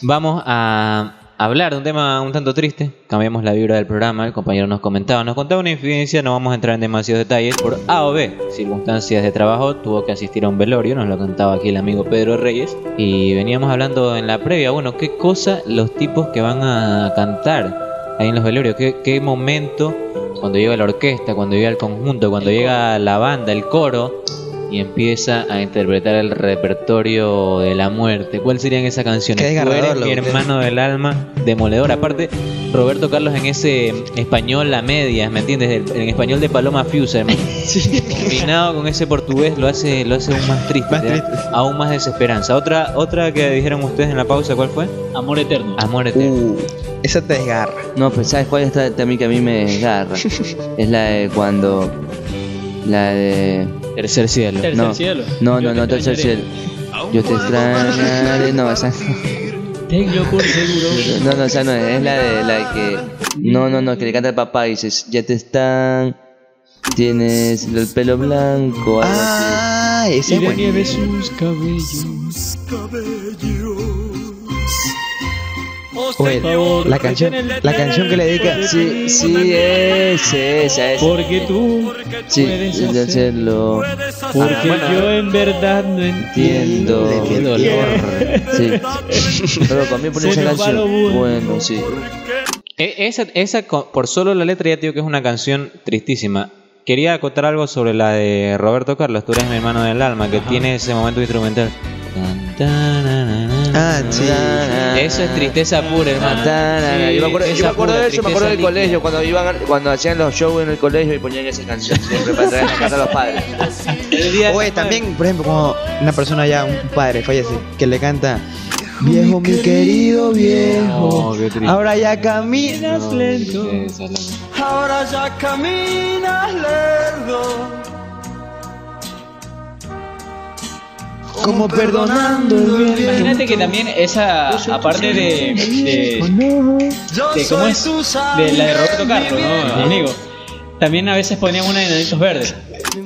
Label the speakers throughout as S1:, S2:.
S1: Vamos a hablar de un tema un tanto triste. Cambiamos la vibra del programa. El compañero nos comentaba, nos contaba una infidencia. No vamos a entrar en demasiados detalles. Por A o B, circunstancias de trabajo, tuvo que asistir a un velorio. Nos lo contaba aquí el amigo Pedro Reyes. Y veníamos hablando en la previa, bueno, qué cosa los tipos que van a cantar ahí en los velorios. Qué, qué momento cuando llega la orquesta, cuando llega el conjunto, cuando llega la banda, el coro. Y empieza a interpretar el repertorio de la muerte. ¿Cuáles serían esas canciones?
S2: Qué
S1: Tú eres
S2: desgarrador,
S1: mi
S2: loco.
S1: hermano mano del alma, demoledor. Aparte, Roberto Carlos en ese español a medias, ¿me entiendes? El- En español de Paloma Fuser, ¿me- combinado con ese portugués lo hace, lo hace aún más triste,
S2: Más
S1: te da aún más desesperanza. Otra, otra que dijeron ustedes en la pausa, ¿cuál fue?
S3: Amor eterno.
S1: Amor eterno.
S2: Uh, esa te desgarra.
S4: No, pero ¿sabes cuál está también que a mí me desgarra? es la de cuando. La de.
S2: Uh.
S1: Tercer cielo.
S3: Tercer
S4: no.
S3: cielo.
S4: No,
S3: Yo
S4: no,
S3: te
S4: no, tercer cielo.
S3: extrañaré.
S4: Yo te extrañaré. No, esa
S3: Tenlo por seguro.
S4: no. No, esa no es. Es la de la que. No, no, no, que le canta el papá y dices, ya te están. Tienes el pelo blanco. algo así.
S2: Ah, esa
S3: Y
S2: es
S3: de nieve
S2: buena.
S3: sus cabellos.
S2: Oye,
S3: favor,
S2: la canción, la canción que le dedica.
S4: Sí, sí, es, esa es.
S3: Porque tú
S4: Sí,
S3: puedes
S4: de
S3: hacer.
S4: hacerlo.
S3: Porque
S1: Bueno.
S3: yo en verdad no entiendo.
S4: Entiendo.
S2: Qué dolor.
S4: Sí. Pero conmigo poner
S3: Se
S4: esa
S3: nos va lo
S4: canción.
S3: bueno.
S4: Bueno, sí.
S1: E- esa, esa co- por solo la letra ya te digo que es una canción tristísima. Quería acotar algo sobre la de Roberto Carlos, tú eres mi hermano del alma, que tiene ese momento instrumental. Tan, tan, na, na, na,
S2: Ah,
S1: na,
S2: sí.
S1: na. Eso es tristeza pura, hermano.
S4: Tarara,
S1: Sí,
S4: yo me acuerdo, yo
S1: esa
S4: me acuerdo
S1: pura
S4: de eso, me acuerdo del
S1: tristeza
S4: colegio, cuando iban a- cuando hacían los shows en el colegio y ponían esa canción siempre para traer a la casa a los padres.
S1: El día de
S2: Oye,
S1: la
S2: también, por ejemplo, como una persona ya, un padre fallece, que le canta. Viejo, mi querido
S1: No,
S2: viejo.
S1: qué triste.
S2: Ahora ya caminas lento.
S1: madre. Sí, esa es la-
S2: Ahora ya caminas lerdo. Como perdonando el bien.
S3: Imagínate que también esa, aparte de, de, de cómo es, de la de Roberto Carlos, ¿no? amigo. También a veces ponían una de Enanitos Verdes.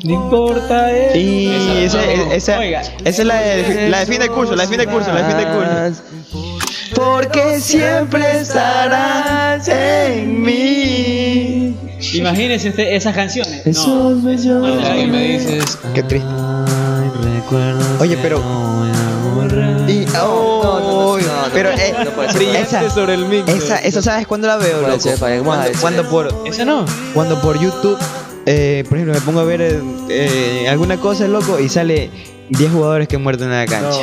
S3: No importa eso.
S2: Y esa,
S3: no.
S2: esa,
S3: Oiga.
S2: esa es la de, la de fin de curso, la de fin de curso, la de fin de curso. Porque siempre estarás en mí.
S3: Imagínense usted esas canciones. No.
S2: Esos besos.
S3: Ojalá que me
S1: dices,
S2: Qué triste.
S1: Ay, recuerdo
S2: Oye,
S1: que
S2: pero-
S1: no voy a borrar.
S2: Y, oh,
S4: no, no, no,
S2: pero
S4: no,
S2: eh,
S4: no puede ser,
S2: brillante esa, sobre el mix. Esa, esa, ¿sabes cuándo la veo,
S4: Puede
S2: loco?
S4: ser, para- vamos a
S2: cuando,
S4: decir.
S2: cuando por,
S1: Esa no.
S2: cuando por YouTube, eh, por ejemplo, me pongo a ver eh, eh, alguna cosa, loco, y sale 10 jugadores que muerden en la cancha.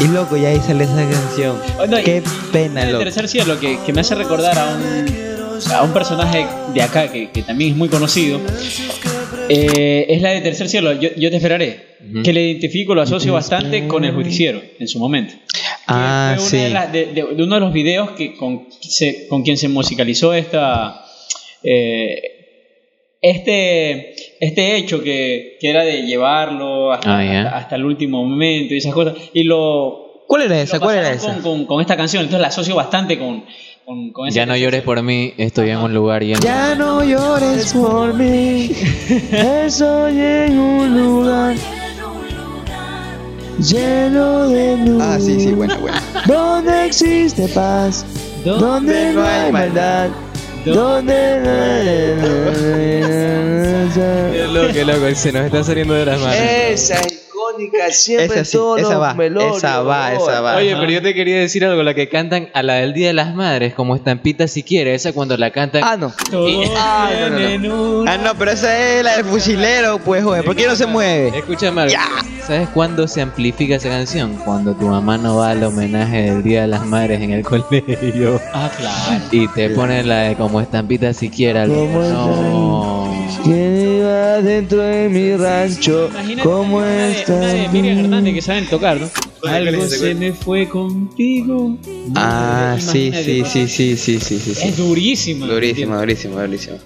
S2: Y loco, y ahí sale esa canción.
S3: Oh, no, y-
S2: Qué
S3: y
S2: pena,
S3: El
S2: loco.
S3: tercer cielo que, que me hace recordar a un, a un personaje de acá que, que también es muy conocido. eh, es la de Tercer Cielo, yo, yo te esperaré.
S1: Ujú.
S3: Que le identifico, lo asocio bastante con el justiciero en su momento.
S2: Ah,
S3: Fue una
S2: sí.
S3: de, las- de- de- de uno de los videos que con, se- con quien se musicalizó esta eh, este este hecho que, que era de llevarlo hasta,
S1: Ah, ya.
S3: hasta- hasta el último momento y esas cosas y lo,
S2: ¿Cuál era
S3: lo
S2: esa? ¿Cuál era
S3: pasaron
S2: esa?
S3: con, con- con esta canción entonces la asocio bastante con, con, con esa
S1: Ya no llores por mí, estoy en un lugar y
S2: Ya no llores por mí, estoy en un lugar lleno de luz. Ah, sí, sí, buena, buena. Donde existe paz,
S3: Do-
S2: donde no hay maldad, donde no
S1: loco, loco, se nos está saliendo de las
S4: Ah, Eh, Esa es icónica, siempre
S2: Esa
S4: en
S2: sí,
S4: todos
S2: esa
S4: los
S2: va,
S4: velorios,
S2: esa va,
S4: por favor.
S2: esa va.
S1: Oye, pero yo te quería decir algo, la que cantan a la del Día de las Madres, como estampita siquiera, esa cuando la cantan...
S4: Ah, no.
S3: Todo
S2: Ah, no, no, no.
S3: viene en una-
S2: Ah, no, pero esa es la del fusilero, pues, joder, ¿por qué no se mueve?
S1: Escúchame algo. ¿Sabes cuándo se amplifica esa canción? Cuando tu mamá no va al homenaje del Día de las Madres en el colegio
S3: Ah, claro.
S1: y te pone la de como estampita siquiera. loco.
S4: Como
S1: No.
S4: ¿Quién iba dentro de mi rancho?
S3: Imagínate
S4: ¿Cómo
S3: una de-
S4: está?
S3: Una de Miriam Hernández que saben tocar, ¿no? Algo se me fue contigo.
S2: Ah, sí, sí, sí, sí, sí, sí, sí. sí.
S3: Es durísima.
S2: Durísimo, durísimo, durísimo.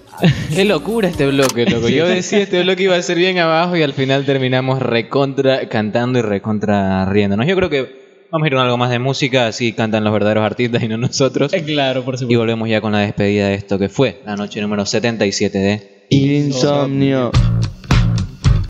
S1: Qué locura este bloque, loco. Yo decía este bloque iba a ser bien abajo y al final terminamos recontra cantando y recontra riéndonos. Yo creo que vamos a ir con algo más de música, así cantan los verdaderos artistas y no nosotros.
S3: Eh, Claro, por
S1: Y
S3: supuesto.
S1: volvemos ya con la despedida de esto que fue la noche número 77 de
S4: Insomnio.